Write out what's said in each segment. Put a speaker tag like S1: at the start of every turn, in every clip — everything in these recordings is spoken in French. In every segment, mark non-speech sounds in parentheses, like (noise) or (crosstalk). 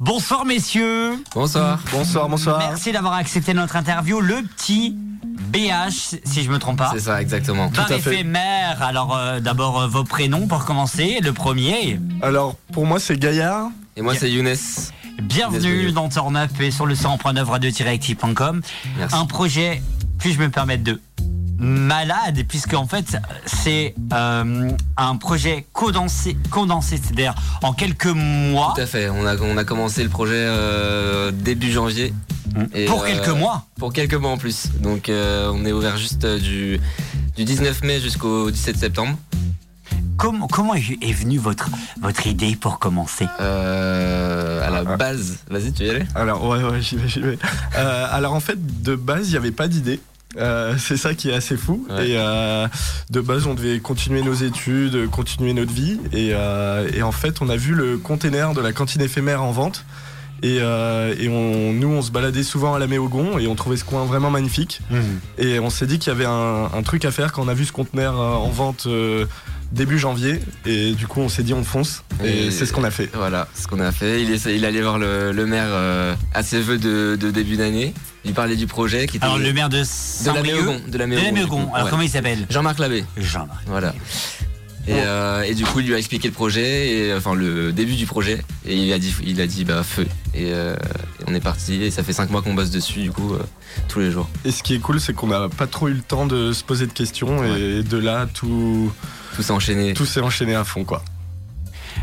S1: Bonsoir messieurs.
S2: Bonsoir.
S3: Bonsoir, bonsoir.
S1: Merci d'avoir accepté notre interview. Le petit BH, si je me trompe pas.
S2: C'est ça, exactement.
S1: Par
S3: à fait.
S1: éphémère. Alors euh, d'abord euh, vos prénoms pour commencer. Le premier.
S3: Alors, pour moi, c'est Gaillard.
S2: Et moi,
S1: Bien.
S2: c'est Younes.
S1: Bienvenue
S2: Bienvenue.
S1: dans Turn Up et sur le 100.9 radio-active.com.
S2: Merci.
S1: Un projet, puis-je me permettre de malade, puisque en fait c'est euh, un projet condensé, condensé c'est-à-dire en quelques mois.
S2: Tout à fait. On a, on a commencé le projet euh, début janvier. Et,
S1: Pour
S2: euh,
S1: quelques mois.
S2: Pour quelques mois en plus. Donc, euh, on est ouvert juste euh, du, du 19 mai jusqu'au 17 septembre.
S1: Comment, comment est est venue votre, votre idée pour commencer
S2: Euh, à la
S1: Ah.
S2: base. Vas-y, tu y allais
S3: Alors, ouais, ouais, j'y vais, j'y vais. Euh, alors, en fait, de base, il n'y avait pas d'idée. Euh, c'est ça qui est assez fou.
S2: Ouais.
S3: Et euh, de base, on devait continuer nos études, continuer notre vie. Et, euh, et en fait, on a vu le container de la cantine éphémère en vente. Et, euh, et on, nous, on se baladait souvent à la Méogon et on trouvait ce coin vraiment magnifique.
S2: Hmm.
S3: Et on s'est dit qu'il y avait un, un truc à faire quand on a vu ce conteneur euh, en vente euh, début janvier. Et du coup, on s'est dit on fonce. Et,
S2: Et-
S3: c'est ce qu'on a fait.
S2: Voilà ce qu'on a fait. Il, est, il allait voir le, le maire euh, à ses vœux de, de début d'année. Il parlait du projet qui était
S1: Alors le maire de
S2: de la
S1: Saint-Brieuc
S2: Méogon. De la
S1: De la
S2: Méogon, du
S1: Méogon.
S2: coup.
S1: Alors
S2: Ouais.
S1: comment il s'appelle
S2: Jean-Marc Labbé.
S1: Jean-Marc.
S2: Voilà. Et, euh, et du coup, il lui a expliqué le projet, et, enfin le début du projet, et il a dit, il a dit bah feu. Et, euh, et on est parti, et ça fait 5 mois qu'on bosse dessus, du coup, euh, tous les jours.
S3: Et ce qui est cool, c'est qu'on n'a pas trop eu le temps de se poser de questions. Et de là, tout,
S2: Tout s'est enchaîné.
S3: tout s'est enchaîné à fond. quoi.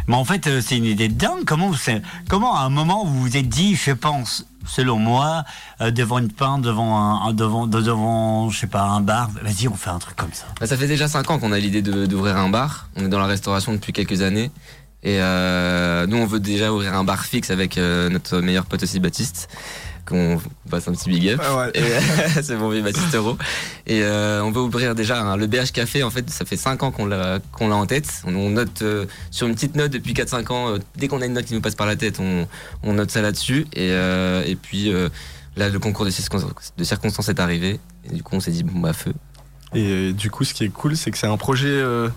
S1: Mais en fait, euh, c'est une idée de dingue. Comment, vous- c'est- comment à un moment vous vous êtes dit, je pense, selon moi, euh, devant une pinte, devant un, un- devant, de- devant, je sais pas, un bar, vas-y, on fait un truc comme ça.
S2: Bah, ça fait déjà 5 ans qu'on a l'idée de- d'ouvrir un bar. On est dans la restauration depuis quelques années. Et euh, nous, on veut déjà ouvrir un bar fixe avec euh, notre meilleur pote aussi, Baptiste, qu'on passe un petit big up.
S3: Ah ouais.
S2: Et, (laughs) c'est mon vieux Baptiste Taureau. Et euh, on veut ouvrir déjà un- le BH Café. En fait, ça fait 5 ans qu'on l'a qu'on l'a en tête. On, on note euh, sur une petite note depuis 4-5 ans. euh, dès qu'on a une note qui nous passe par la tête, on, on note ça là-dessus. Et, euh, et puis euh, là, le concours de, circon- de circonstances est arrivé. Et du coup, on s'est dit, bon, bah, feu. (laughs)
S3: Et euh, du coup, ce qui est cool, c'est que c'est un projet. euh,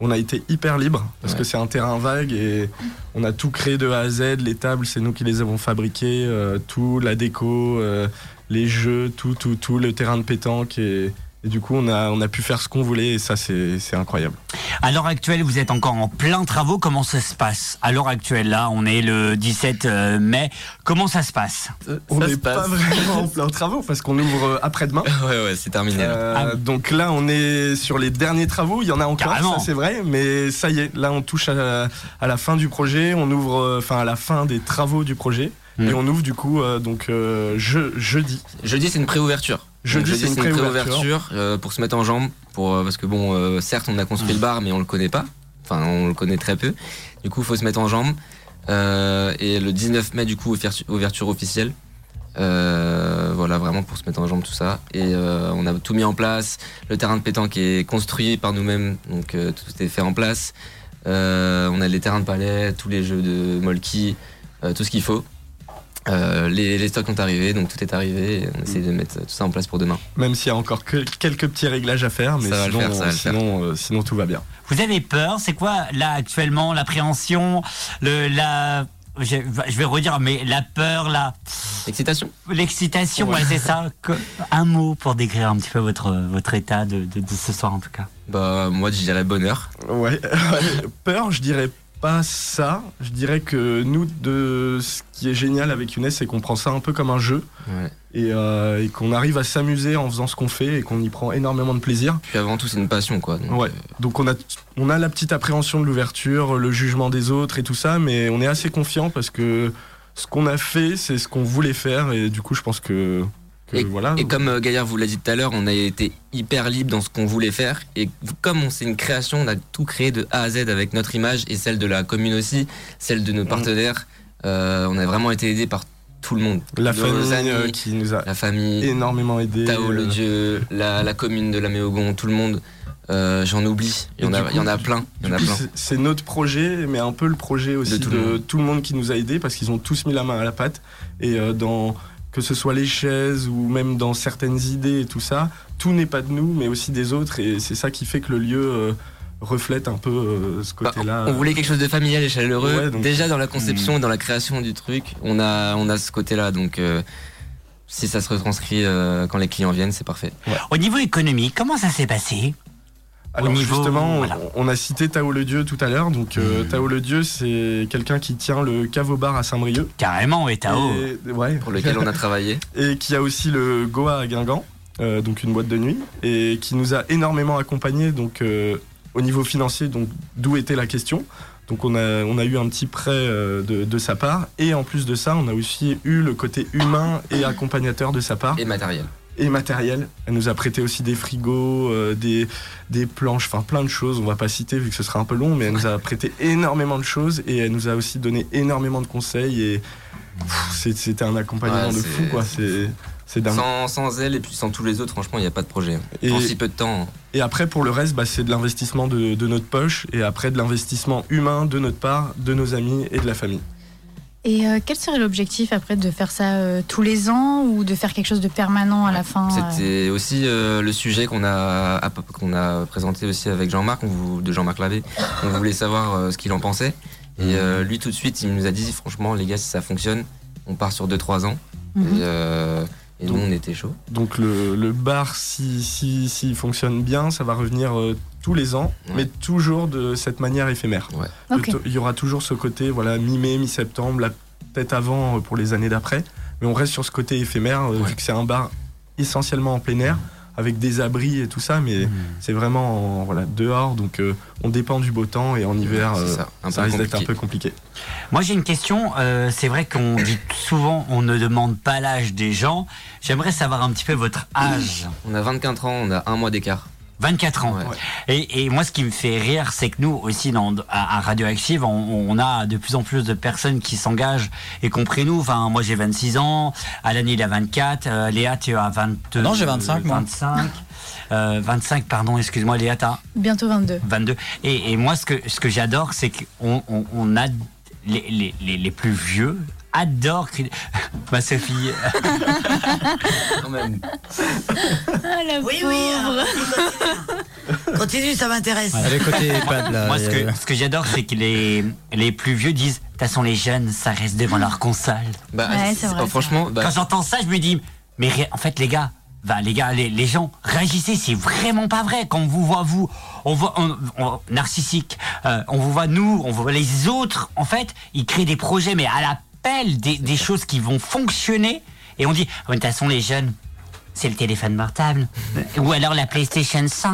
S3: on a été hyper libre parce
S2: Ouais.
S3: que c'est un terrain vague et on a tout créé de A à Z. Les tables, c'est nous qui les avons fabriquées, euh, tout, la déco, euh, les jeux, tout, tout, tout, le terrain de pétanque. Et, et du coup, on a, on a pu faire ce qu'on voulait et ça, c'est c'est incroyable.
S1: À l'heure actuelle, vous êtes encore en plein travaux. Comment ça se passe À l'heure actuelle, là, on est le 17 euh, mai. Comment ça se passe
S3: On
S2: Ça
S3: n'est
S2: se
S3: pas
S2: passe. (laughs)
S3: vraiment en plein travaux parce qu'on ouvre euh, après-demain.
S2: ouais, ouais, c'est terminé. là.
S3: Euh,
S1: Ah oui.
S3: donc là, on est sur les derniers travaux. Il y en a encore,
S1: Carrément.
S3: ça c'est vrai, mais ça y est, là on touche à, à la fin du projet. On ouvre, euh, enfin à la fin des travaux du projet,
S1: Mm.
S3: et on ouvre du coup euh, donc euh, je- jeudi.
S2: Jeudi, c'est une préouverture.
S3: Jeudi,
S2: Donc,
S3: c'est une préouverture.
S2: euh, pour se mettre en jambe. Pour, euh, parce que, bon, euh, certes, on a construit le bar, mais on le connaît pas. Enfin, on le connaît très peu. Du coup, il faut se mettre en jambe. Euh, et le 19 mai, du coup, ouvertu- ouverture officielle. Euh, voilà, vraiment pour se mettre en jambe, tout ça. Et euh, on a tout mis en place. Le terrain de pétanque est construit par nous-mêmes, donc euh, tout est fait en place. Euh, on a les terrains de palais, tous les jeux de Molki, euh, tout ce qu'il faut. Euh, les, les stocks sont arrivés, donc tout est arrivé. et on essaie de mettre tout ça en place pour demain.
S3: Même s'il y a encore que- quelques petits réglages à faire, mais
S2: Ça va le
S3: sinon,
S2: faire, ça va le faire.
S3: sinon, euh, sinon, tout va bien.
S1: Vous avez peur C'est quoi là actuellement l'appréhension, le la je je vais redire, mais la peur, la
S2: Excitation
S1: l'excitation,
S3: Ouais.
S1: ouais, c'est ça. Que- Un mot pour décrire un petit peu votre votre état de, de- de ce soir en tout cas.
S2: Bah, moi, je dirais bonheur.
S3: Ouais. (laughs) Peur, je dirais pas ça. Je dirais que nous, de ce qui est génial avec Younes, c'est qu'on prend ça un peu comme un jeu
S2: Ouais.
S3: et, euh, et qu'on arrive à s'amuser en faisant ce qu'on fait et qu'on y prend énormément de plaisir.
S2: Puis avant tout, c'est une passion, quoi. Donc, euh,
S3: Ouais. Donc on a on a la petite appréhension de l'ouverture, le jugement des autres et tout ça, mais on est assez confiant parce que ce qu'on a fait, c'est ce qu'on voulait faire et du coup je pense que, que voilà.
S2: Et comme euh, Gaillard vous l'a dit tout à l'heure, on a été hyper libre dans ce qu'on voulait faire. Et comme on c'est une création, on a tout créé de A à Z avec notre image et celle de la commune aussi, celle de nos partenaires. Euh, on a vraiment été aidés par tout le monde.
S3: la
S2: Nos
S3: famille
S2: amis,
S3: euh, qui nous a
S2: la famille,
S3: énormément aidé.
S2: Tao le
S3: euh,
S2: Dieu, la, la commune de la Méogon, tout le monde. Euh, J'en oublie. Il y en
S3: Et
S2: a,
S3: du
S2: il y en
S3: coup,
S2: a plein. Il y en a
S3: Puis
S2: plein.
S3: c'est- C'est notre projet, mais un peu le projet aussi de tout, le, monde. qui nous a aidés parce qu'ils ont tous mis la main à la pâte. Et euh, dans que ce soit les chaises ou même dans certaines idées et tout ça, tout n'est pas de nous, mais aussi des autres. Et c'est ça qui fait que le lieu euh, reflète un peu euh, ce
S2: Bah,
S3: côté-là.
S2: on voulait quelque chose de familial et chaleureux.
S3: Ouais, donc- hmm.
S2: Déjà dans la conception et dans la création du truc, on a, on a ce côté-là. Donc, euh, si ça se retranscrit euh, quand les clients viennent, c'est parfait.
S1: Au niveau économique, comment ça s'est passé
S3: Alors
S1: Au niveau-
S3: justement, on-
S1: voilà.
S3: on a cité Tao le Dieu tout à l'heure. Donc euh, Tao le Dieu, c'est quelqu'un qui tient le cave au bar à Saint-Brieuc.
S1: Carrément, et Tao.
S3: Et- ouais.
S2: Pour lequel on a
S3: (laughs)
S2: travaillé.
S3: et qui a aussi le Goa à Guingamp, euh, donc une boîte de nuit, et qui nous a énormément accompagnés donc, euh, au niveau financier, donc d'où était la question. Donc on a, on a eu un petit prêt euh, de, de sa part, et en plus de ça, on a aussi eu le côté humain et accompagnateur de sa part,
S2: Et matériel.
S3: et matériel. Elle nous a prêté aussi des frigos, euh, des, des planches, enfin plein de choses, on va pas citer vu que ce sera un peu long, mais elle nous a prêté énormément de choses, et elle nous a aussi donné énormément de conseils, et pff, c'est- c'était un accompagnement
S2: Ouais,
S3: de
S2: c'est-
S3: fou, quoi. C'est c'est dingue.
S2: Sans, sans elle et puis sans tous les autres, franchement, il n'y a pas de projet.
S3: Et-
S2: En si peu de temps. hein.
S3: Et après, pour le reste, bah, c'est de l'investissement de, de notre poche et après de l'investissement humain de notre part, de nos amis et de la famille.
S4: Et euh, quel serait l'objectif après de faire ça euh, tous les ans ou de faire quelque chose de permanent à la fin euh,
S2: C'était aussi euh, le sujet qu'on a, à peu- qu'on a présenté aussi avec Jean-Marc, on vou- de Jean-Marc Lavé. On voulait savoir euh, ce qu'il en pensait.
S3: Hmm.
S2: Et euh, lui, tout de suite, il nous a dit franchement, les gars, si ça fonctionne, on part sur 2-3 ans.
S4: Mhm.
S2: Et, euh, et nous, on était chaud.
S3: Donc le, le bar, si, si, s'il fonctionne bien, ça va revenir euh, tous les ans,
S2: Ouais.
S3: mais toujours de cette manière éphémère. Le
S4: Ok.
S3: to- Il y aura toujours ce côté, voilà, mi-mai, mi-septembre, la- peut-être avant euh, pour les années d'après, mais on reste sur ce côté éphémère, euh,
S2: Ouais.
S3: vu que c'est un bar essentiellement en plein air, avec des abris et tout ça,
S2: Hmm.
S3: mais c'est vraiment en- voilà, dehors, donc euh, on dépend du beau temps et en hiver,
S2: C'est
S3: euh,
S2: ça, un
S3: ça
S2: peu
S3: risque d'être un
S2: compliqué.
S3: peu compliqué.
S1: Moi, j'ai une question. euh, c'est vrai qu'on dit souvent, on ne demande pas l'âge des gens. J'aimerais savoir un petit peu votre âge.
S2: On a 24 ans, on a un mois
S3: (laughs)
S2: d'écart.
S1: 24 ans.
S2: Ouais.
S1: Et, et moi, ce qui me fait rire, c'est que nous aussi, dans, à, à Radioactive, on, on a de plus en plus de personnes qui s'engagent, y compris nous. Enfin, moi, j'ai 26 ans, Alan, il a 24, euh, Léa, tu as 22.
S5: Non, j'ai 25, moi.
S1: 25. euh, 25, pardon, excuse-moi, Léa, t'as
S4: Bientôt 22.
S1: 22. Et, et moi, ce que, ce que j'adore, c'est qu'on on, on a les, les, les, les plus vieux adorent cri- (laughs) ma Sophie
S2: Quand même.
S4: Ah la
S6: Oui, oui,
S4: pauvre
S6: Continue, ça m'intéresse.
S5: Elle
S1: (laughs)
S5: est côté EHPAD, là.
S1: moi
S5: il
S1: ce
S5: y a-
S1: que, ce que j'adore c'est que les, les plus vieux disent de toute façon les jeunes ça reste devant leur console
S2: Bah,
S4: Ouais,
S2: c'est-
S4: c'est vrai,
S2: oh, franchement, bah,
S1: quand j'entends ça je me dis mais ré- en fait les gars bah, les gars les, les gens réagissez c'est vraiment pas vrai quand on vous voit vous on voit on- on- narcissique euh, on vous voit nous on voit les autres en fait ils créent des projets mais à l'appel des, des choses qui vont fonctionner et on dit Ah, mais de toute façon les jeunes c'est le téléphone
S3: (laughs)
S1: portable ou alors la PlayStation 5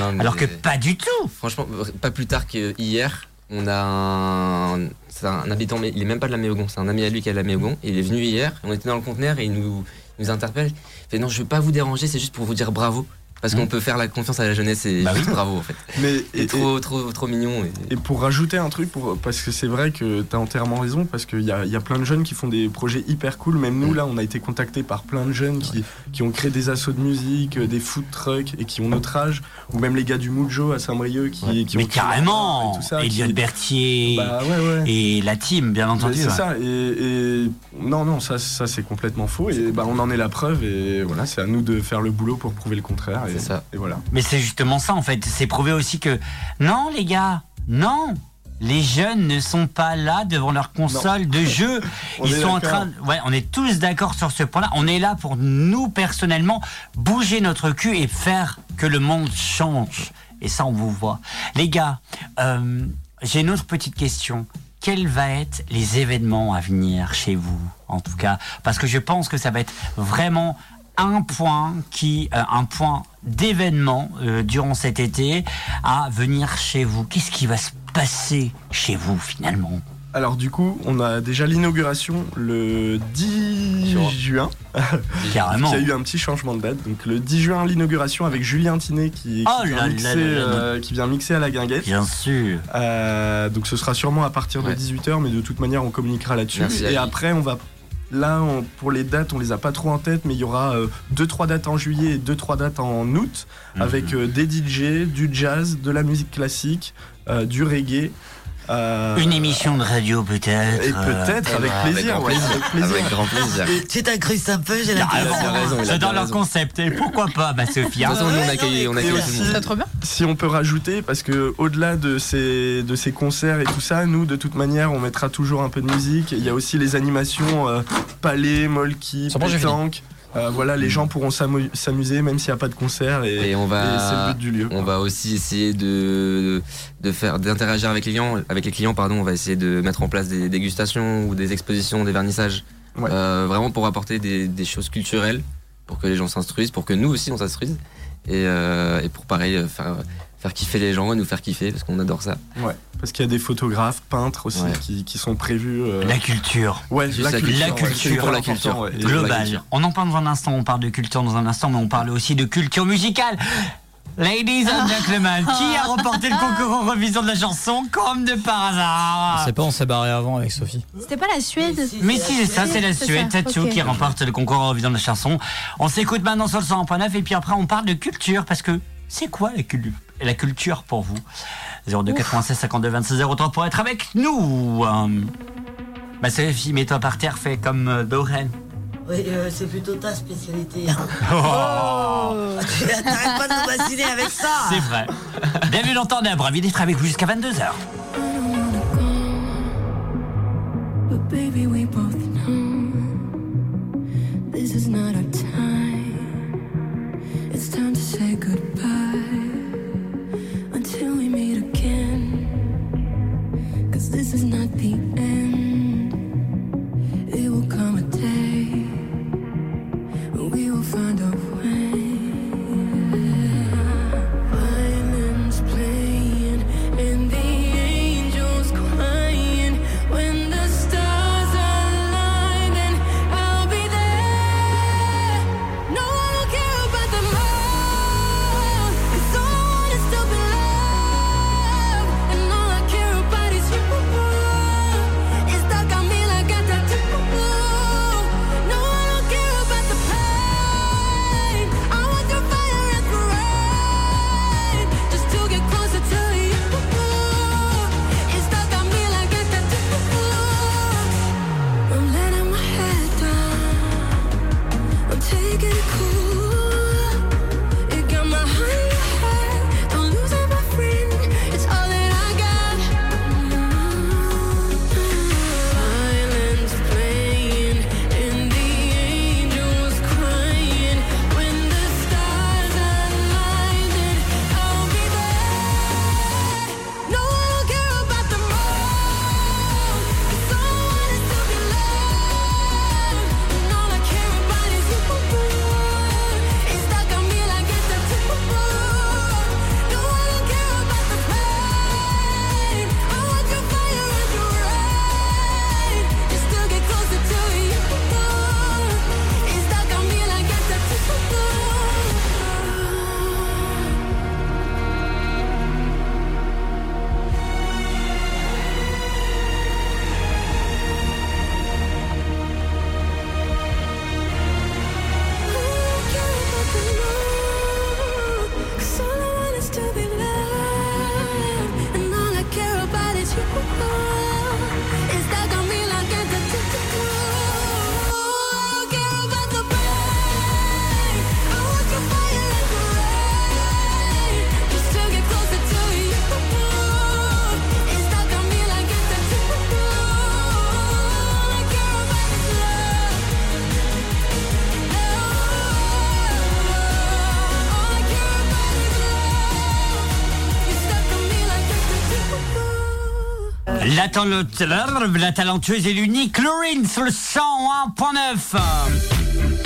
S2: non, mais-
S1: alors que pas du tout
S2: Franchement, pas plus tard que hier, on a un, c'est un habitant, mais il est même pas de la Méogon, c'est un ami à lui qui est de la Méogon. Il est venu hier, on était dans le conteneur et il nous, il nous interpelle. Il fait non, je veux pas vous déranger, c'est juste pour vous dire bravo. Parce qu'on peut faire la confiance à la jeunesse et juste bravo en fait.
S3: Mais
S2: Et,
S3: Hmm. Bah et-
S2: trop, trop, trop mignon. et-
S3: et pour rajouter un truc, pour, parce que c'est vrai que t'as entièrement raison, parce qu'il y a, il y a plein de jeunes qui font des projets hyper cool. Même
S1: Mm.
S3: nous, là, on a été contactés par plein de jeunes qui, qui ont créé des assos de musique, euh, des food trucks et qui ont notre âge, ou même les gars du Mujo à Saint-Brieuc qui, qui
S1: mais
S3: ont créé leur bar
S1: carrément
S3: et tout ça,
S1: Elliot
S3: qui-
S1: Berthier
S3: Bah ouais, ouais. Bah,
S1: et la team bien entendu
S3: C'est
S1: ouais.
S3: ça, et, et- non, non, ça, ça c'est complètement faux, et bah, on en est la preuve, et voilà, c'est à nous de faire le boulot pour prouver le contraire, et,
S2: C'est ça.
S3: et voilà.
S1: Mais c'est justement ça en fait, c'est prouver aussi que non les gars, non, les jeunes ne sont pas là devant leur console de jeu.
S3: (laughs) On
S1: Ils
S3: est
S1: sont en
S3: d'accord.
S1: train, ouais, on est tous d'accord sur ce point-là. On est là pour nous personnellement bouger notre cul et faire que le monde change. Et ça on vous voit, les gars. euh, J'ai une autre petite question. Quels va être les événements à venir chez vous, en tout cas Parce que je pense que ça va être vraiment un point qui, euh, un point d'événement euh, durant cet été à venir chez vous. Qu'est-ce qui va se passer chez vous finalement
S3: Alors du coup, on a déjà l'inauguration le 10
S2: Sur-
S3: juin.
S1: Carrément.
S3: Il y a eu un petit changement de date. Donc le 10 juin, l'inauguration avec Julien Tinet qui, qui
S1: Oh là
S3: vient
S1: là là
S3: mixer,
S1: là.
S3: euh, qui vient mixer à la guinguette.
S1: Bien sûr.
S3: Euh, donc ce sera sûrement à partir de
S2: Ouais.
S3: 18h, mais de toute manière, on communiquera là-dessus.
S2: Merci,
S3: Et
S2: Ali.
S3: après, on va... Là, on- pour les dates, on les a pas trop en tête, mais il y aura 2-3 dates en juillet et 2-3 dates en août, avec euh, des DJ, du jazz, de la musique classique, euh, du reggae. Euh,
S1: Une émission de radio peut-être.
S3: Et
S1: euh,
S3: peut-être avec
S2: Ah,
S3: plaisir.
S2: grand
S3: ouais,
S2: plaisir.
S3: avec plaisir.
S2: Avec grand plaisir. De
S6: Tu t'incrustes un peu,
S1: Ah,
S6: j'ai
S2: Il a
S1: bon,
S2: bien
S6: l'impression.
S2: raison, il a bien
S1: J'adore leur
S2: raison.
S1: concept. Et pourquoi pas bah, Sophie
S2: toute
S1: hein.
S2: façon, nous, on
S6: ouais,
S2: accueille,
S6: non,
S2: on
S6: mais
S2: accueille tout
S3: et aussi-
S2: le monde.
S4: C'est trop bien.
S3: Si on peut rajouter, parce que au-delà de ces, de ces concerts et tout ça, nous de toute manière on mettra toujours un peu de musique. Il y a aussi les animations euh, Palais, Molki,
S5: C'est bon, j'ai
S3: Pétanque. Euh, voilà, les gens pourront s'amu- s'amuser même s'il n'y a pas de concert et,
S2: Et on va-
S3: et c'est le but du lieu.
S2: On va aussi essayer de, de faire d'interagir avec les clients, avec les clients pardon. On va essayer de mettre en place des dégustations ou des expositions, des vernissages,
S3: Ouais.
S2: Euh, vraiment pour apporter des, des choses culturelles, pour que les gens s'instruisent, pour que nous aussi on s'instruise et, euh, et pour pareil euh, faire faire kiffer les gens et nous faire kiffer parce qu'on adore ça.
S3: Ouais, parce qu'il y a des photographes, peintres aussi
S2: Ouais.
S3: qui, qui sont prévus. euh,
S1: La culture.
S3: Ouais,
S2: Juste la
S1: culture,
S3: ouais,
S1: culture.
S3: c'est
S2: Pour la
S3: important,
S2: culture.
S3: ouais. euh,
S2: Et la
S1: globale.
S2: culture.
S1: On en parle dans un instant, on parle de culture dans un instant, mais on parle aussi de culture musicale. Ladies and gentlemen, qui a remporté le concours Eurovision de la chanson comme de par hasard
S5: C'est pas, on s'est barré avant avec Sophie.
S4: C'était pas la Suède
S1: mais si, c'est ça, c'est la
S4: C'est
S1: Suède,
S4: ça,
S1: Tatsu,
S4: ok.
S1: qui remporte le concours Eurovision de la chanson. On s'écoute maintenant sur le 101.9 et puis après on parle de culture parce que c'est quoi la, cul- la culture pour vous 02 96 52 26 03 pour être avec nous. Euh, Bah Sophie, mets-toi par terre, fais comme euh, Doren.
S6: Oui, euh, c'est plutôt ta spécialité.
S1: (laughs) Oh.
S6: Ah, tu t'arrêtes pas de nous bassiner avec ça.
S1: C'est vrai. Bienvenue dans Tandem, ravi d'être avec vous jusqu'à 22h.
S7: But baby, we both know this is not our time. It's time to say goodbye until we meet again. Cause this is not the end. It will come a day when we will find a way. Violins playing and the angels crying. When the stars align, then I'll be there. No one will care about the miles. If someone is still in love, and all I care about is you. It's stuck on me like a tattoo. No one will care about the pain. I want your fire and parade just to get closer to you. It's stuck on me like a tattoo. I'm letting my head down. I'm taking it cool. It got my heart. Don't lose it, my friend. It's all that I got. Violins playing and the angels crying. When the stars align, then I'll be there. No one will care about the moon. Cause someone is to be loved, and all I care about is you. It's stuck on me like a tattoo. No one will care about the pain. I want your fire and your rain, just to get closer to you. It's stuck on me like a tattoo. Cause all I want is to be loved And all I care about is you It's stuck on me like a tattoo I don't care about the pain I want your fire and your rain Just to get closer to you It's stuck on me like a tattoo All I care about is love
S1: La, tal- la talentueuse et l'unique Lauryn sur le 101.9.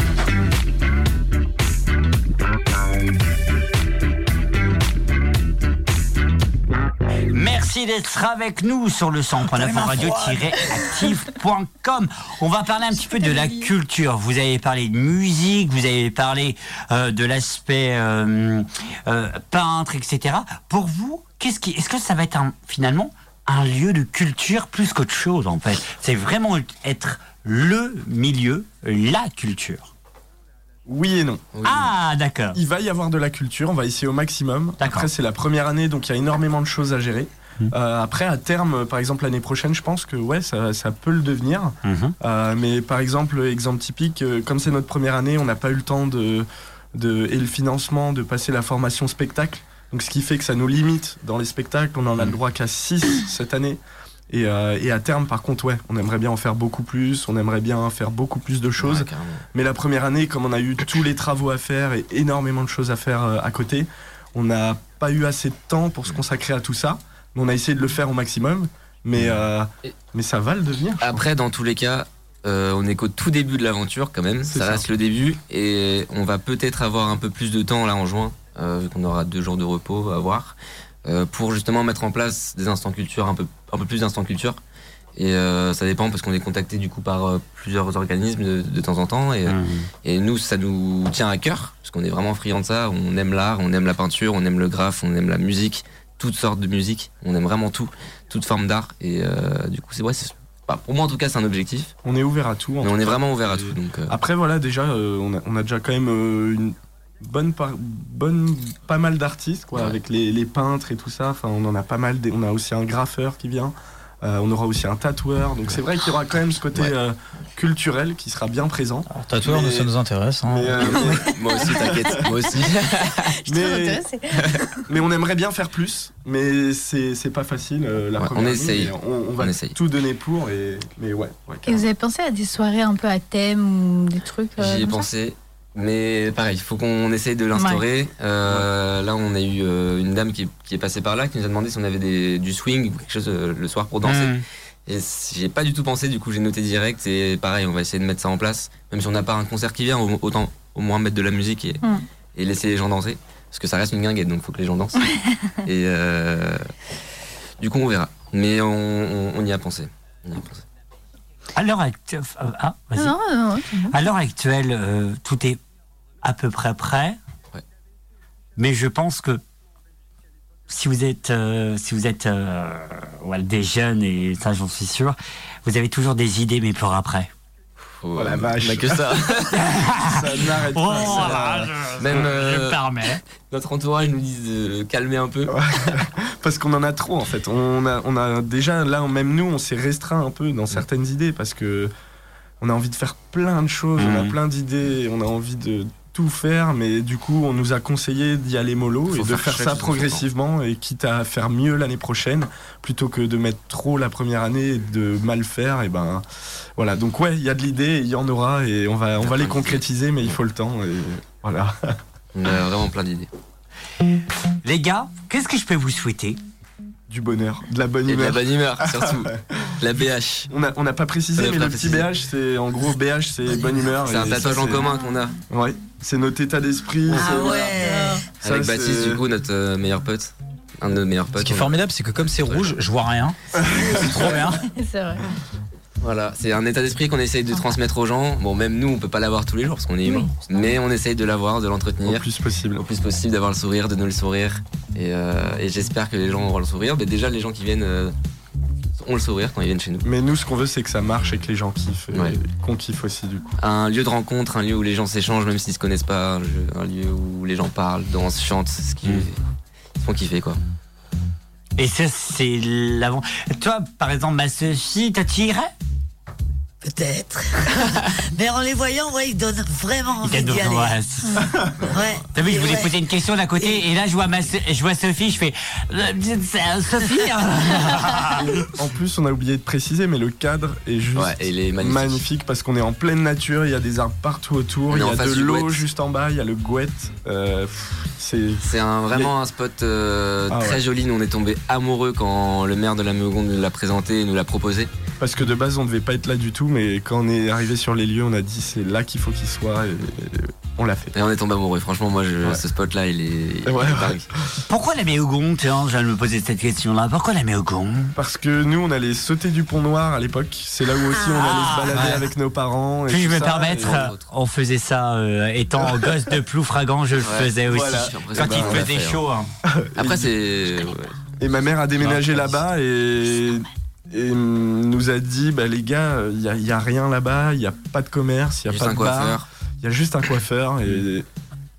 S1: Merci d'être avec nous sur le 100.9 radio-active.com. On va parler un petit peu de la culture. Vous avez parlé de musique, vous avez parlé euh, de l'aspect euh, euh, peintre, etc. Pour vous, qu'est-ce qui, est-ce que ça va être un- finalement un lieu de culture plus qu'autre chose en fait C'est vraiment être le milieu, la culture.
S3: Oui et non.
S2: Oui.
S1: Ah d'accord.
S3: Il va y avoir de la culture, on va essayer au maximum.
S1: D'accord.
S3: Après, c'est la première année, donc il y a énormément de choses à gérer. Euh, après, à terme, par exemple, l'année prochaine, je pense que ouais, ça, ça peut le devenir.
S1: Mhm.
S3: Euh, mais par exemple, exemple typique, euh, comme c'est notre première année, on n'a pas eu le temps de, de et le financement de passer la formation spectacle. Donc ce qui fait que ça nous limite dans les spectacles. On en a le droit qu'à 6 (coughs) cette année. Et, euh, et à terme, par contre, ouais, on aimerait bien en faire beaucoup plus. On aimerait bien faire beaucoup plus de choses.
S2: Ouais, carrément.
S3: Mais la première année, comme on a eu tous les travaux à faire et énormément de choses à faire euh, à côté, on n'a pas eu assez de temps pour se consacrer à tout ça. Mais On a essayé de le faire au maximum, mais, euh,
S2: Et-
S3: mais ça va le devenir. je
S2: Après, dans tous les cas, euh, on est qu'au tout début de l'aventure quand même.
S3: C'est
S2: Ça,
S3: ça.
S2: reste le début et on va peut-être avoir un peu plus de temps là en juin, euh, vu qu'on aura deux jours de repos à voir, euh, pour justement mettre en place des instants culture, un peu, un peu plus d'instants culture. Et euh, ça dépend parce qu'on est contacté du coup par euh, plusieurs organismes de, de temps en temps et, euh,
S1: Mhm.
S2: et nous ça nous tient à cœur parce qu'on est vraiment friands de ça. On aime l'art, on aime la peinture, on aime le graphe, on aime la musique, toutes sortes de musique. On aime vraiment tout, toute forme d'art et euh, du coup c'est ouais, c'est- bah, pour moi en tout cas c'est un objectif.
S3: On est ouvert à tout. en
S2: Mais
S3: tout
S2: on est
S3: cas.
S2: vraiment ouvert à tout donc. euh,
S3: Après, voilà, déjà, euh, on, a, on a déjà quand même euh, une bonne, par- bonne pas mal d'artistes, quoi,
S2: Ouais.
S3: avec les, les peintres et tout ça. Enfin, on en a pas mal. des- on a aussi un graffeur qui vient. Euh, on aura aussi un tatoueur. Donc c'est vrai qu'il y aura quand même ce côté
S2: Ouais. Ah.
S3: euh, culturel qui sera bien présent.
S5: Alors, tatoueur,
S3: Mais-
S5: nous, ça nous intéresse. hein.
S3: Mais, euh,
S2: (laughs)
S3: mais-
S2: (laughs) moi aussi t'inquiète, (laughs) moi aussi.
S4: Je suis très
S3: Mais-
S4: intéressée.
S3: mais on aimerait bien faire plus, mais c'est c'est pas facile. euh, la
S2: Ouais,
S3: première
S2: on
S3: année,
S2: essaye.
S3: mais On, on va
S2: On essaye.
S3: tout donner pour. Et, mais ouais. ouais,
S4: Et
S3: carrément.
S4: vous avez pensé à des soirées un peu à thème ou des trucs euh,
S2: J'y ai
S4: comme ça
S2: pensé. Mais pareil, il faut qu'on essaye de l'instaurer. Euh, Là, on a eu euh, une dame qui, qui est passée par là, qui nous a demandé si on avait des, du swing ou quelque chose euh, le soir pour danser.
S1: Mhm.
S2: Et si- j'y ai pas du tout pensé, du coup j'ai noté direct et pareil, on va essayer de mettre ça en place. Même si on n'a pas un concert qui vient, au- autant au moins mettre de la musique et,
S4: Mm.
S2: et laisser les gens danser. Parce que ça reste une guinguette, donc faut que les gens dansent. et euh, du coup on verra. Mais on, on- on y a pensé. On y a pensé.
S1: À l'heure actuelle, ah, vas-y.
S4: Non, non, non, non.
S1: À l'heure actuelle, euh, tout est à peu près prêt.
S2: Ouais.
S1: Mais je pense que si vous êtes, euh, si vous êtes euh, voilà, des jeunes, et ça j'en suis sûr, vous avez toujours des idées, mais pour après.
S2: Faut-
S3: Oh la
S2: on-
S3: vache.
S2: On a que
S3: (laughs)
S2: ça.
S3: Ça n'arrête
S1: Oh
S3: pas. ça.
S2: Même, euh,
S1: permets.
S2: Notre entourage nous dit de calmer un peu.
S3: Parce qu'on en a trop en fait. On a, on a déjà là, même nous, on s'est restreint un peu dans
S2: Mm.
S3: certaines idées parce que on a envie de faire plein de choses, on
S2: Mm.
S1: Mhm.
S3: a plein d'idées, on a envie de tout faire, mais du coup, on nous a conseillé d'y aller mollo
S2: Faut
S3: et de
S2: faire
S3: faire
S2: chaque
S3: ça
S2: chose en
S3: progressivement et quitte à faire mieux l'année prochaine plutôt que de mettre trop la première année et de mal faire. Et ben voilà. Donc ouais, il y a de l'idée, il y en aura et on va, on va les concrétiser, mais il faut le temps. Et voilà.
S2: On a vraiment plein d'idées.
S1: Les gars, qu'est-ce que je peux vous souhaiter
S3: Du bonheur, de la bonne
S2: Et de
S3: humeur.
S2: la bonne humeur
S3: (laughs)
S2: surtout. la BH.
S3: On n'a on a pas précisé,
S2: On a
S3: mais
S2: pas
S3: le petit
S2: précisé.
S3: BH, c'est en gros BH, c'est bonne humeur.
S2: C'est un
S3: et
S2: tatouage
S3: ça,
S2: en
S3: c'est-
S2: commun qu'on a.
S3: Ouais, c'est notre état d'esprit.
S6: Ah
S3: c'est-
S6: ouais.
S3: ça,
S2: Avec
S3: c'est-
S2: Baptiste, du coup, notre euh, meilleur pote. Un de nos meilleurs potes.
S5: Ce qui est
S2: on-
S5: formidable, c'est que comme c'est rouge, je vois rien. C'est trop bien.
S4: C'est vrai.
S2: Voilà, c'est un état d'esprit qu'on essaye de
S3: Ah.
S2: transmettre aux gens. Bon, même nous, on peut pas l'avoir tous les jours parce qu'on est humain. mais on essaye de l'avoir, de
S3: Au
S2: l'entretenir.
S3: plus possible.
S2: Au plus possible, d'avoir le sourire, de nous le sourire. Et, euh, et j'espère que les gens auront le sourire. Mais déjà, les gens qui viennent euh, ont le sourire quand ils viennent chez nous.
S3: Mais nous, ce qu'on veut, c'est que ça marche et que les gens kiffent. et
S2: Ouais.
S3: Qu'on kiffe aussi, du coup.
S2: Un lieu de rencontre, un lieu où les gens s'échangent, même s'ils se connaissent pas. Un, jeu- un lieu où les gens parlent, dansent, chantent, ce qui
S1: Mm.
S2: ils font kiffer, quoi.
S1: Et ça, c'est l'avant. Toi, par exemple, ma Sophie, toi, tu irais
S6: Peut-être. (laughs) Mais en les voyant, ouais, ils donnent vraiment
S1: Il t'a
S6: envie d'y
S1: donné-
S6: aller.
S1: Ouais, c'est-
S6: Ouais.
S1: T'as vu, je voulais
S6: Ouais.
S1: poser une question d'un côté, et là, je vois, ma, je vois Sophie, je fais. Euh, Sophie hein
S3: En plus, on a oublié de préciser, mais le cadre est juste
S2: Ouais, et les
S3: magnifique.
S2: magnifiques.
S3: parce qu'on est en pleine nature, il y a des arbres partout
S2: On
S3: autour,
S2: est
S3: il y
S2: en
S3: a
S2: face
S3: de
S2: du
S3: l'eau
S2: Gouët.
S3: juste en bas, il y a le gouette. Euh, pff, c'est.
S2: C'est un, vraiment un spot euh,
S3: Ah
S2: très
S3: ouais.
S2: joli. Nous, on est tombé amoureux quand le maire de la Meugonde nous l'a présenté et nous l'a proposé.
S3: Parce que de base, on devait pas être là du tout, mais quand on est arrivé sur les lieux, on a dit c'est là qu'il faut qu'il soit et, et on l'a fait.
S2: Et on est tombé amoureux. Franchement, moi, je-
S3: Ouais.
S2: ce spot-là, il est, il est
S3: Ouais, ouais.
S2: dingue.
S1: Pourquoi la Méogon Tiens, je viens de me poser cette question-là. Pourquoi la Méogon
S3: Parce que nous, on allait sauter du pont noir à l'époque. C'est là où aussi on
S2: Ah.
S3: allait se balader
S5: ouais.
S3: avec nos parents. Et
S1: Puis je
S3: tout
S1: me
S3: ça,
S1: permettre,
S3: et-
S1: euh, on faisait ça euh, étant gosse de Ploufragan, je le
S2: Ouais,
S1: faisais aussi.
S3: voilà.
S1: Quand
S2: Bah,
S1: il
S2: on l'a
S1: faisait
S2: fait, hein.
S1: chaud. hein.
S2: Après, c'est. ouais.
S3: Et, ma mère a déménagé
S5: Non,
S3: là-bas et, et hum, nous a dit bah, les gars, il n'y a, y a rien là-bas, il n'y a pas de commerce, il n'y a
S2: Juste
S3: pas
S2: un
S3: de bar.
S2: coiffeur.
S3: Il y a juste un coiffeur. Et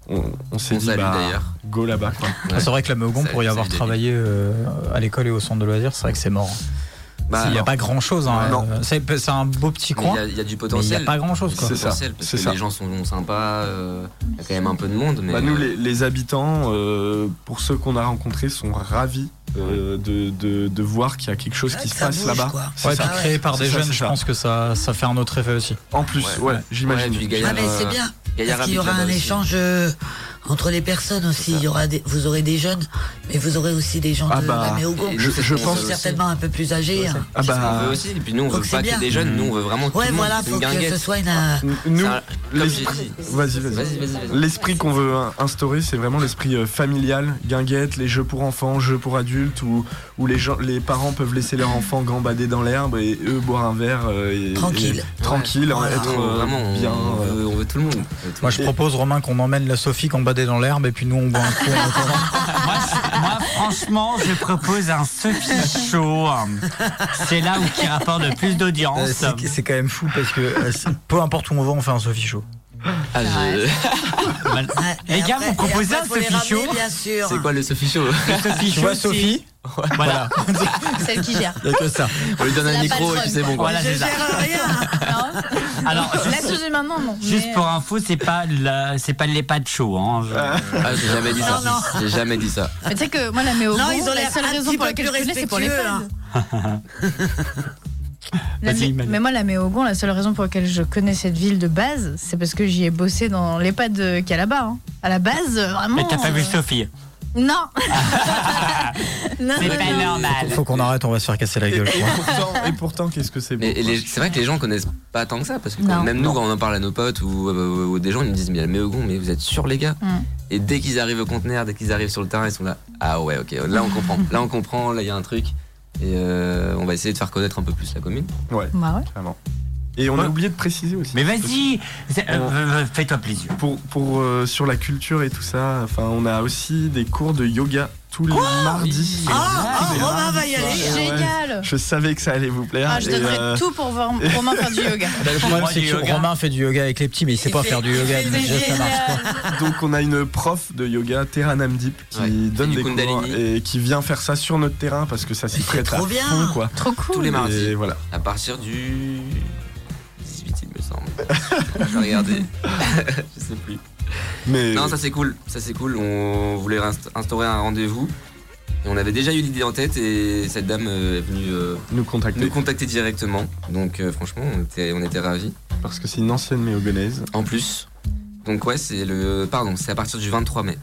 S3: on, on s'est
S2: On
S3: dit
S2: salue
S3: bah,
S2: d'ailleurs.
S3: go là-bas quoi.
S5: Ah, c'est vrai que la Meugon,
S2: Ça-
S5: pour y
S2: ça
S5: avoir
S2: délire.
S5: travaillé euh, à l'école et au centre de loisirs, c'est vrai que c'est mort.
S2: Bah,
S5: il n'y a
S2: non.
S5: pas grand chose.
S3: Non.
S5: C'est c'est un beau petit
S2: Mais
S5: coin,
S2: Il y a- il y, a du
S5: mais il n'y
S2: potentiel.
S5: a pas grand chose.
S3: C'est ça,
S2: potentiel, parce
S3: c'est
S2: que
S3: ça.
S2: Les gens sont sympas. euh, Il y a quand même un peu de monde. Mais
S3: Bah, nous, les, les habitants, euh, pour ceux qu'on a rencontrés, sont ravis euh, de, de- de voir qu'il y a quelque chose
S6: Ah,
S3: qui
S6: que
S3: se
S6: ça
S3: passe
S6: bouge,
S3: là-bas.
S6: quoi.
S3: C'est
S5: Ouais,
S3: ça.
S5: puis créé par
S3: C'est
S5: des
S3: ça,
S5: jeunes,
S3: c'est
S5: je
S3: ça.
S5: pense que ça, ça fait un autre effet aussi.
S3: En plus,
S2: Ouais.
S3: ouais,
S2: Ouais, puis
S3: j'imagine.
S2: Gaillard,
S6: Ah, mais c'est
S2: euh,
S6: bien.
S2: Gaillard
S6: Parce qu'il
S2: habite
S6: y aura
S2: là-bas
S6: un
S2: aussi.
S6: échange euh, entre les personnes aussi. Il y aura des- vous aurez des jeunes, mais vous aurez aussi des gens
S3: Ah
S6: de
S3: bah,
S6: la Méogon.
S2: et
S3: je-
S2: c'est
S3: je
S2: ce qu'on
S3: pense-
S2: veut aussi.
S6: certainement un peu plus âgés. hein.
S3: Ah
S2: C'est ce qu'on
S3: bah,
S2: veut aussi. Et puis nous, on
S6: Donc
S2: veut
S6: c'est
S2: pas
S6: bien.
S2: que des jeunes. Nous, on veut vraiment.
S6: Ouais,
S2: tout le monde.
S6: voilà,
S2: C'est
S6: faut
S2: une
S6: que
S2: guinguette.
S6: ce soit une. euh,
S3: nous,
S2: Ça- comme
S3: l'esprit-
S2: j'ai dit.
S3: Vas-y,
S2: Vas-y,
S3: vas-y.
S2: vas-y, vas-y.
S3: L'esprit qu'on veut in- instaurer, c'est vraiment l'esprit euh, familial, guinguette, les jeux pour enfants, jeux pour adultes, où, où les, gens, les parents peuvent laisser leurs enfants gambader dans l'herbe et eux boire un verre. euh, et,
S6: Tranquille.
S3: et- tranquille, hein,
S6: Voilà.
S3: être
S2: Non,
S3: euh,
S2: Ah, vraiment, on,
S3: bien.
S2: on
S3: euh,
S2: (laughs) veut, on veut tout le monde.
S5: Moi, je propose, Romain, qu'on emmène la Sophie qu'on badait dans l'herbe et puis nous, on boit un coup. en attendant.
S1: Moi, je- hein. moi, franchement, je propose un Sophie Show. C'est là où qui rapporte le plus
S5: Euh,
S1: d'audience.
S5: c'est c'est quand même fou parce que euh, c'est- peu importe où on va, on fait un Sophie Show.
S2: Ah, je-
S1: Mal-
S6: ouais,
S1: Les
S6: et
S1: gars,
S6: après-
S1: vous
S6: et
S1: proposez
S6: après,
S1: un
S6: faut les
S1: Sophie
S6: ramener,
S1: Show
S6: Bien sûr.
S2: C'est quoi le Sophie Show
S1: Sophie
S5: Tu vois,
S1: Show,
S5: Sophie
S1: Voilà.
S4: Ah, Celle qui
S5: (laughs)
S4: gère.
S5: Il n'y a que ça.
S2: On lui donne
S4: C'est
S2: un
S4: la
S2: micro et
S4: patronne,
S2: puis c'est bon. quoi.
S1: Voilà,
S5: Ah,
S6: Je
S1: c'est ça.
S5: (laughs)
S6: gère rien.
S4: Non,
S1: Alors,
S4: là,
S1: juste,
S4: ce maintenant, non.
S1: juste
S4: mais, euh,
S1: pour info, c'est pas la- c'est pas les pas de show. Hein. Je-
S2: Ah, j'ai jamais dit ça. J'ai jamais dit ça.
S4: euh, mais tu sais que moi, la méo,
S6: Non, ils ont
S4: la
S6: l'air
S4: seule
S6: un
S4: raison
S6: petit
S4: pour
S6: peu
S4: laquelle je
S6: plus
S4: connais, c'est pour les
S6: respectueux,
S4: fans. La
S1: Vas-y,
S4: mé-
S1: Manu.
S4: mais moi, la Méogon, la seule raison pour laquelle je connais cette ville de base, c'est parce que j'y ai bossé dans l'EHPAD euh, qu'il y a là-bas. hein. À la base, euh, vraiment.
S1: Mais t'as pas vu
S4: euh,
S1: Sophie. (laughs)
S4: Non Non,
S1: C'est
S4: non,
S1: pas
S4: non.
S1: normal.
S5: Faut qu'on arrête, on va se faire casser la
S3: Et, et
S5: gueule. je crois.
S3: pourtant, et pourtant, qu'est-ce que c'est beau.
S2: Mais et les- c'est vrai que les gens connaissent pas tant que ça parce que quand-
S4: Non.
S2: même nous quand on en parle à nos potes ou, euh, ou des gens ils me disent mais Méogon mais vous êtes sûrs les gars
S4: Mm.
S2: et dès qu'ils arrivent au conteneur dès qu'ils arrivent sur le terrain ils sont là ah ouais ok là on comprend là on comprend là il y a un truc et euh, on va essayer de faire connaître un peu plus la commune
S4: Bah ouais.
S3: Vraiment. Et on a oublié de préciser aussi.
S1: Mais vas-y, c'est- euh, euh, fais-toi plaisir.
S3: Pour, pour euh, sur la culture et tout ça, enfin, on a aussi des cours de yoga tous les mardis.
S6: Ah, oh, Romain va y aller.
S5: Ah,
S4: Génial
S3: Je savais que ça allait vous plaire.
S4: ah, Je
S3: et,
S4: donnerais
S3: euh,
S4: tout pour
S5: (laughs)
S4: voir Romain faire du yoga.
S5: Bah, le problème,
S1: Moi,
S5: c'est
S1: du
S5: que
S1: yoga.
S5: Romain fait du yoga avec les petits, mais il sait
S6: Il
S5: pas
S6: fait-
S5: faire du yoga.
S6: il fait
S5: donc
S6: des
S5: déjà, ça marche pas.
S3: Donc on a une prof de yoga, Terra Namdeep, qui
S2: Ouais, qui
S3: donne
S2: fait
S3: des
S2: du
S3: cours
S2: Kundalini.
S3: et qui vient faire ça sur notre terrain parce que ça s'y
S6: Mais c'est
S3: prête à
S6: trop bien.
S3: fond, quoi.
S4: Trop
S2: tous
S4: cool
S2: les mardis
S3: Et voilà.
S2: à partir du 18 il me semble (laughs) je vais regarder je sais plus
S3: Mais
S2: Non, ça c'est cool, ça c'est cool. On voulait inst- instaurer un rendez-vous. Et on avait déjà eu l'idée en tête et cette dame euh, est venue euh,
S3: nous contacter
S2: nous contacter directement. Donc euh, franchement, on était, on était ravis.
S3: parce que c'est une ancienne méogonaise.
S2: En plus. Donc ouais, c'est le... Pardon, c'est à partir du 23 mai.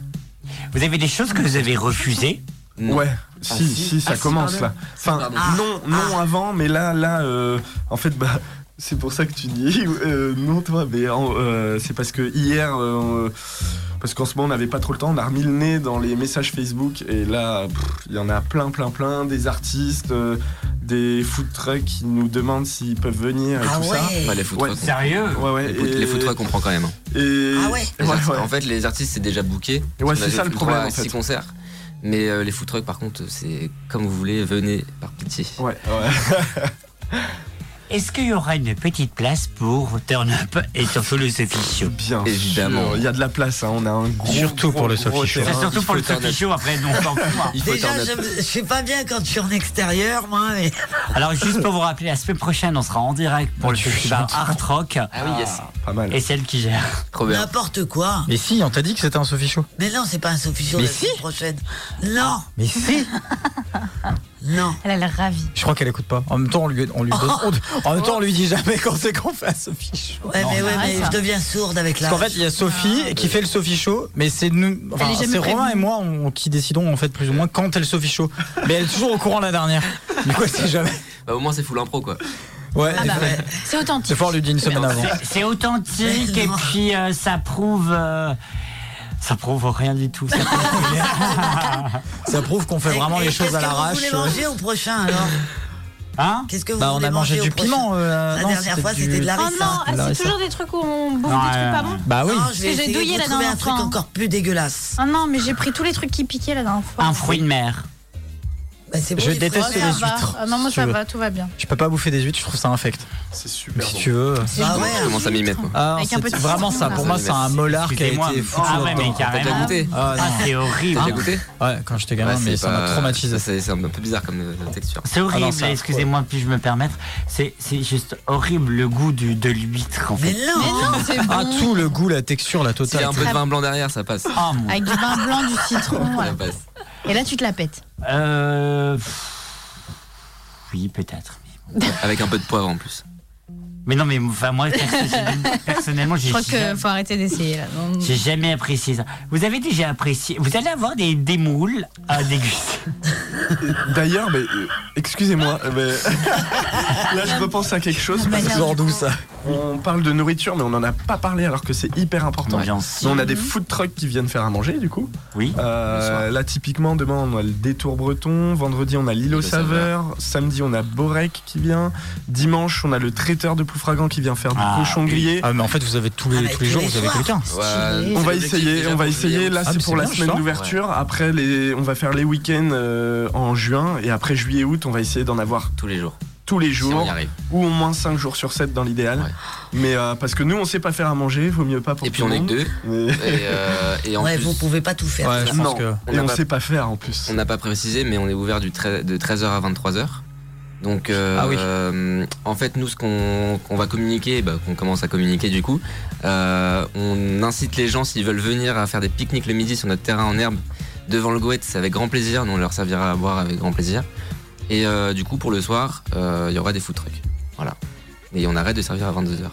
S1: Vous avez des choses que vous avez refusées
S2: Non.
S3: Ouais, si, si,
S2: si.
S3: ça
S2: Ah, si,
S3: commence
S2: pardon. Ah,
S3: là. Enfin,
S2: Pardon.
S3: non, non avant, mais là, là, euh, en fait, bah. C'est pour ça que tu dis (laughs) euh, non toi, mais en- euh, c'est parce que hier, euh, parce qu'en ce moment on n'avait pas trop le temps, on a remis le nez dans les messages Facebook et là, pff, il y en a plein, plein, plein, des artistes, euh, des food trucks qui nous demandent s'ils peuvent venir et
S6: Ah
S3: tout ça.
S2: Ouais,
S6: ouais.
S2: les food
S3: Ouais,
S2: trucks, on-
S1: Sérieux
S3: Ouais, ouais.
S2: les food- les food trucks, on prend quand même. hein.
S3: et...
S6: Ah ouais.
S2: Les
S3: ouais,
S2: artistes-
S3: ouais.
S2: En fait, les artistes, c'est déjà booké.
S3: Et ouais,
S2: On
S3: c'est
S2: avait
S3: ça le
S2: fait
S3: problème,
S2: trois-
S3: en fait.
S2: six concerts. Mais euh, les food trucks, par contre, c'est comme vous voulez, venez par pitié.
S3: Ouais, ouais.
S1: Est-ce qu'il y aura une petite place pour Turn Up et surtout le Sophie Show
S3: Bien
S2: Évidemment.
S3: sûr, Il y a de la place, hein, on a un gros.
S5: Surtout
S3: gros,
S5: pour le
S3: gros
S5: Sophie Show.
S1: C'est
S3: terrain.
S1: surtout
S2: il
S1: pour
S2: faut
S1: le
S2: Turn
S1: Sophie
S2: Up.
S1: Show, après, on s'en fout.
S2: Il faut turn
S6: Déjà,
S2: up.
S6: je, je suis pas bien quand je suis en extérieur, moi. Mais...
S1: (laughs)
S5: Ah,
S1: Alors, juste pour vous rappeler, la semaine prochaine, on sera en direct pour le
S5: Tu
S1: festival
S5: chantes.
S1: Art Rock.
S2: Ah oui, yes.
S3: Pas mal.
S1: Et celle qui gère.
S2: Trop bien.
S6: N'importe quoi.
S5: Mais si, on t'a dit que c'était un Sophie Show.
S6: Mais non, c'est pas un Sophie Show
S5: Mais
S6: la
S5: si.
S6: semaine prochaine. Non,
S5: Mais si
S6: non.
S4: Elle a l'air ravie.
S5: Je crois qu'elle écoute pas. En même temps, on lui, on lui
S6: Oh.
S5: donne- on- en même temps, on lui dit jamais quand c'est qu'on fait un Sophie Show.
S6: Ouais, mais, ouais,
S4: arrête
S6: mais
S4: ça.
S6: je deviens sourde avec la.
S5: Parce qu'en fait, il y a
S6: Ah.
S5: Sophie qui fait le Sophie Show, mais c'est nous, enfin,
S4: Elle est jamais
S5: c'est Romain
S4: prévenue.
S5: et moi on- qui décidons en fait plus ou moins quand est le Sophie Show. Mais elle est toujours au courant la dernière. Du coup, c'est jamais.
S2: Bah, au moins, c'est full impro, quoi.
S5: Ouais.
S4: Ah bah ouais. C'est
S5: C'est
S4: authentique.
S5: fort, (laughs) on lui dit une semaine avant.
S1: C'est- C'est authentique et puis euh, ça prouve. euh, ça prouve rien du tout. Ça prouve-
S5: Ça prouve qu'on fait
S6: Et-
S5: vraiment
S6: et
S5: les choses à l'arrache. euh.
S6: Qu'est-ce que vous voulez manger au prochain alors
S1: Hein
S6: Qu'est-ce que vous
S5: Bah, on
S6: voulez
S5: a mangé
S6: manger
S5: du
S6: au
S5: piment.
S6: prochain
S5: euh,
S6: La
S5: non,
S6: dernière fois, c'était de la
S4: Oh non,
S6: rissa.
S5: Elle a
S4: ah,
S5: raison.
S4: c'est toujours des trucs où on bouffe
S1: Non,
S4: des trucs
S1: euh,
S4: pas bons.
S5: Bah oui.
S6: Non, je
S4: que j'ai
S6: vais essayer
S4: douillé
S6: de
S4: la
S6: trouver
S4: dernière
S6: un truc
S4: fois.
S6: encore plus dégueulasse.
S4: Ah non, mais j'ai pris tous les trucs qui piquaient la dernière fois.
S1: Un fruit de mer.
S6: Bah, c'est bon,
S5: Je
S6: les
S5: déteste
S6: fraises.
S5: les
S4: Ça va.
S5: huîtres,
S4: Ah non, moi
S5: si
S4: ça
S5: tu veux.
S4: va, tout va bien.
S5: Je peux pas bouffer des huîtres, je trouve ça infect.
S3: C'est
S5: Mais
S3: super.
S5: si
S3: bon.
S5: tu veux.
S6: Ah ouais,
S2: Je commence à m'y mettre. moi.
S5: Ah,
S4: Avec un
S5: c'est-
S4: peu de
S5: vraiment
S4: citron,
S5: ça.
S4: là.
S5: Pour moi, c'est un molar qui a
S1: Excusez-moi.
S5: été foutu
S1: Ah ouais,
S5: là-dedans.
S1: mais
S2: T'as déjà
S1: carrément.
S6: hein.
S2: goûté
S5: Ah,
S1: Ah,
S5: non.
S1: c'est horrible.
S2: T'as déjà goûté
S5: Ouais, quand j'étais gamin,
S2: Ouais,
S5: mais
S2: c'est
S5: ça m'a
S2: pas-
S5: traumatisé.
S2: C'est c'est un peu bizarre comme euh, texture.
S1: C'est
S5: Ah
S1: horrible,
S5: non, ça,
S1: excusez-moi, puis-je me permettre C'est c'est juste horrible le goût du, de l'huître en
S6: Mais
S1: fait.
S4: Mais
S6: non
S4: non, Oh, c'est
S5: Ah,
S4: bon.
S5: tout le goût, la texture, la
S2: S'il y a
S5: totale.
S2: un peu de vin blanc derrière, ça passe.
S1: Ah, mon-
S4: Avec du vin blanc, du citron. voilà.
S2: Ça passe.
S4: Et là, tu te la pètes.
S1: Euh, pff, Oui, peut-être.
S2: Avec un peu de poivre en plus.
S1: Mais non, mais enfin, moi,
S5: (laughs)
S1: perso- personnellement,
S4: Je
S1: j'ai
S4: crois qu'il
S1: jamais,
S4: faut arrêter d'essayer là. Non.
S1: j'ai jamais apprécié ça. Vous avez déjà apprécié. Vous allez avoir des, des moules
S5: (laughs)
S1: à déguster.
S3: D'ailleurs, mais euh, excusez-moi, euh, mais (laughs) là je repense à quelque chose. parce que
S4: Manière du
S5: d'où
S4: coup.
S5: ça
S3: On parle de nourriture, mais on n'en a pas parlé alors que c'est hyper important.
S1: Ambiance.
S3: Mais on a des food trucks qui viennent faire à manger du coup.
S1: Oui.
S3: Euh,
S2: Bien sûr.
S3: là typiquement demain on a le détour breton, vendredi on a l'île aux
S2: L'île aux
S3: saveurs, samedi on a Borek qui vient, dimanche on a le traiteur de Poufragan qui vient faire du
S1: Ah,
S3: cochon
S1: oui.
S3: grillé.
S5: Ah, mais en fait, vous avez tous
S6: Ah,
S5: les,
S6: mais
S5: tous les jours, vous avez
S6: soirs.
S5: quelqu'un.
S2: Ouais,
S3: On
S2: c'est
S3: va
S2: l'objectif
S3: essayer,
S2: déjà
S3: on va
S2: pour
S3: essayer.
S2: juillet,
S3: Là,
S5: Ah,
S3: c'est
S5: mais
S3: pour
S5: c'est
S3: la
S5: bien,
S3: semaine
S5: ça.
S3: d'ouverture. Après, les, on va faire les week-ends euh, en juin et après juillet-août, on va essayer d'en avoir
S2: Tous les jours.
S3: tous les
S2: Si on
S3: jours
S2: y arrive.
S3: ou au moins 5 jours sur 7 dans l'idéal.
S2: Ouais.
S3: Mais euh, parce que nous, on sait pas faire à manger, vaut mieux pas pour
S2: Et puis
S3: tout
S2: on
S3: le
S2: est que
S3: monde.
S2: deux.
S3: Mais-
S2: Et, euh, et en
S6: Ouais,
S2: plus,
S6: vous pouvez pas tout faire.
S5: Ouais, je pense
S3: Non.
S5: que.
S2: on
S3: (laughs) Et
S2: n'a
S3: on
S2: pas-
S3: sait pas faire en plus.
S2: on n'a pas précisé, mais on est ouvert du trai- de 13h à 23h. Donc, euh,
S5: Ah oui.
S2: euh, en fait, nous, ce qu'on qu'on va communiquer, bah, qu'on commence à communiquer du coup, euh, on incite les gens, s'ils veulent venir, à faire des pique-niques le midi sur notre terrain en herbe devant le goët, c'est avec grand plaisir. Nous, on leur servira à boire avec grand plaisir. Et euh, du coup, pour le soir, euh, il y aura des food trucks. Voilà. Et on arrête de servir à 22h.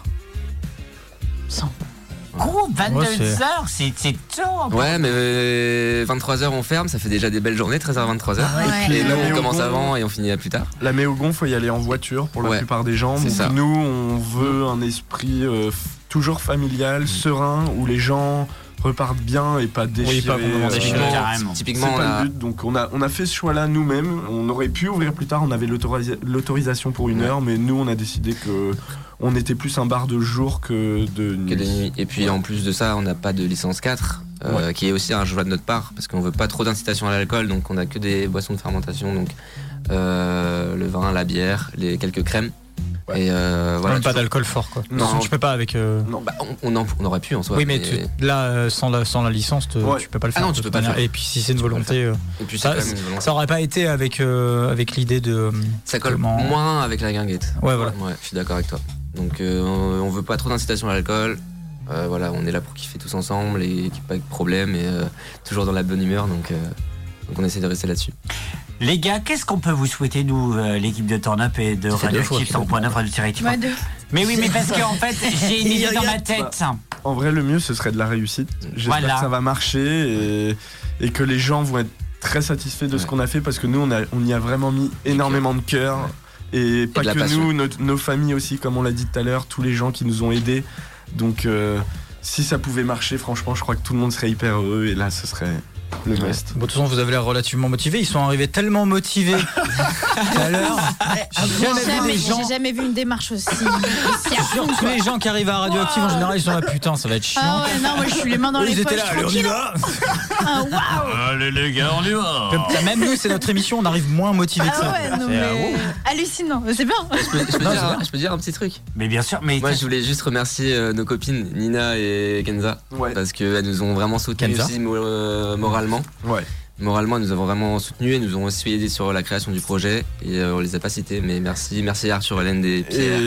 S1: Gros, 22
S5: Ouais, c'est-
S1: heures, c'est c'est tôt.
S2: Ouais, mais 23h, on ferme, ça fait déjà des belles journées, 13h, 23h.
S6: Ah
S4: ouais.
S2: Et
S3: Et
S2: nous,
S3: là,
S2: on
S3: on
S2: commence
S3: gonfle.
S2: avant et on finit plus tard.
S3: La Méogon, faut y aller en voiture pour la
S2: Ouais.
S3: plupart des gens.
S2: C'est
S3: Donc
S2: ça.
S3: Nous, on veut un esprit euh, f- toujours
S2: Mm.
S3: familial, serein, où les gens repartent bien et pas déchirés.
S5: pas complètement déchirés.
S1: Ouais,
S3: euh,
S1: carrément.
S2: Typiquement,
S3: C'est
S2: on
S3: pas
S2: a-
S3: le but, donc on a, on a fait ce choix-là nous-mêmes. On aurait pu ouvrir plus tard, on avait l'autorisa- l'autorisation pour une
S2: Ouais.
S3: heure, mais nous on a décidé que on était plus un bar de jour que de
S2: que
S3: nuit.
S2: de nuit. Et puis en plus de ça, on n'a pas de licence 4, euh, qui est aussi un choix de notre part, parce qu'on veut pas trop d'incitation à l'alcool, donc on a que des boissons de fermentation, donc euh, le vin, la bière, les quelques crèmes. Et euh, voilà.
S5: Même pas
S2: tu-
S5: d'alcool fort, quoi.
S3: Non.
S5: Non, je peux pas avec. euh,
S2: Bah, on, on en- on aurait pu en soi.
S5: oui, mais tu- là, euh, sans la, sans la licence, te-
S3: Ouais.
S5: tu peux pas le
S2: Ah
S5: faire.
S2: non,
S5: de
S2: tu peux
S5: toute
S2: pas le
S5: manière.
S2: faire.
S5: Et puis, si c'est une
S2: peux pas le
S5: volonté, euh,
S2: Et puis c'est
S5: ça,
S2: quand même une volonté.
S5: ça aurait pas été avec, euh, avec l'idée de.
S2: Ça colle
S5: Comment-
S2: moins avec la guinguette.
S5: Ouais, voilà.
S2: Ouais, je suis d'accord avec toi. Donc euh, on veut pas trop d'incitation à l'alcool. Euh, voilà, on est là pour kiffer tous ensemble et qu'il n'y ait pas de problème et euh, toujours dans la bonne humeur. Donc, euh, donc on essaie de rester là-dessus.
S1: Les gars, qu'est-ce qu'on peut vous souhaiter, nous, euh, l'équipe de Turn Up et de
S5: Ça fait deux
S1: Radioactive
S5: fois qu'il le
S1: 100.9 Radioactive
S4: Ouais, de-
S1: Mais oui, mais parce qu'en fait, j'ai une
S6: Il y a
S1: idée dans
S6: rien.
S1: ma tête.
S3: En vrai, le mieux ce serait de la réussite. J'espère
S1: Voilà.
S3: que ça va marcher et, et que les gens vont être très satisfaits de ce
S2: Ouais.
S3: qu'on a fait parce que nous on, a, on y a vraiment mis énormément de cœur. Et pas
S2: de la
S3: que
S2: passion.
S3: nous, notre- nos familles aussi, comme on l'a dit tout à l'heure, tous les gens qui nous ont aidés. Donc, euh, si ça pouvait marcher, franchement, je crois que tout le monde serait hyper heureux. Et là, ce serait le
S2: Ouais.
S3: best.
S5: Bon, de toute façon, vous avez l'air relativement motivé. Ils sont arrivés
S2: (laughs)
S5: tellement motivés tout à l'heure. J'ai
S4: J'ai
S5: jamais vu
S4: jamais,
S5: des gens.
S4: j'ai jamais vu une démarche aussi.
S5: (laughs)
S4: aussi à fond,
S5: Tous
S4: Ah, quoi.
S5: les gens qui arrivent à Radioactive, en général, ils sont là, putain, ça va être chiant.
S4: Ah ouais, non, moi je suis les mains dans
S5: Eux,
S4: les
S5: ils étaient
S4: poches.
S5: là, allez, on y
S4: tranquille.
S5: va
S4: Ah, waouh.
S1: Allez, les gars, on y va.
S5: Putain, Même nous, c'est notre émission, on arrive moins motivés que
S4: Ah
S5: ça.
S4: ouais, non,
S5: Bah, C'est, euh,
S4: mais... hallucinant, c'est bien.
S2: Je peux, je peux
S5: Non, c'est
S2: dire,
S5: bien.
S2: je peux dire un petit truc
S1: Mais bien sûr, mais
S2: Moi, je voulais juste remercier euh, nos copines Nina et Kenza
S3: Ouais.
S2: parce qu'elles nous ont vraiment soutenues
S5: Kenza
S2: aussi mo- euh, moralement.
S3: Ouais.
S2: Moralement, elles nous avons vraiment soutenu et nous ont aussi aidé sur la création du projet. Et euh, on les a pas citées, mais merci, merci Arthur, Hélène et Pierre.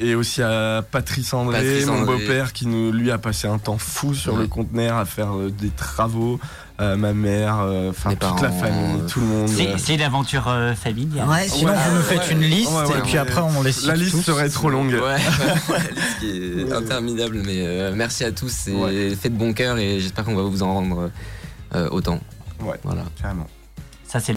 S3: Et, et aussi à Patrice André,
S2: Patrice
S3: mon
S2: André.
S3: beau-père, qui nous, lui a passé un temps fou sur
S2: Ouais.
S3: le conteneur à faire euh, des travaux. Euh, ma mère, euh, enfin
S2: Mes
S3: toute la
S2: parents,
S3: famille,
S2: euh,
S3: tout le monde.
S1: c'est
S3: euh,
S1: c'est l'aventure euh, familiale.
S6: Ouais, c'est
S5: Sinon,
S3: Ouais.
S5: vous nous faites une liste,
S3: Ouais, ouais,
S5: et puis
S3: ouais.
S5: après, on les cite
S3: La liste
S5: tous.
S3: serait trop longue. (laughs)
S2: Ouais, (laughs) ce qui est interminable, mais euh, merci à tous et
S3: Ouais.
S2: faites bon cœur et j'espère qu'on va vous en rendre euh, autant.
S3: Ouais.
S2: Voilà.
S3: Carrément.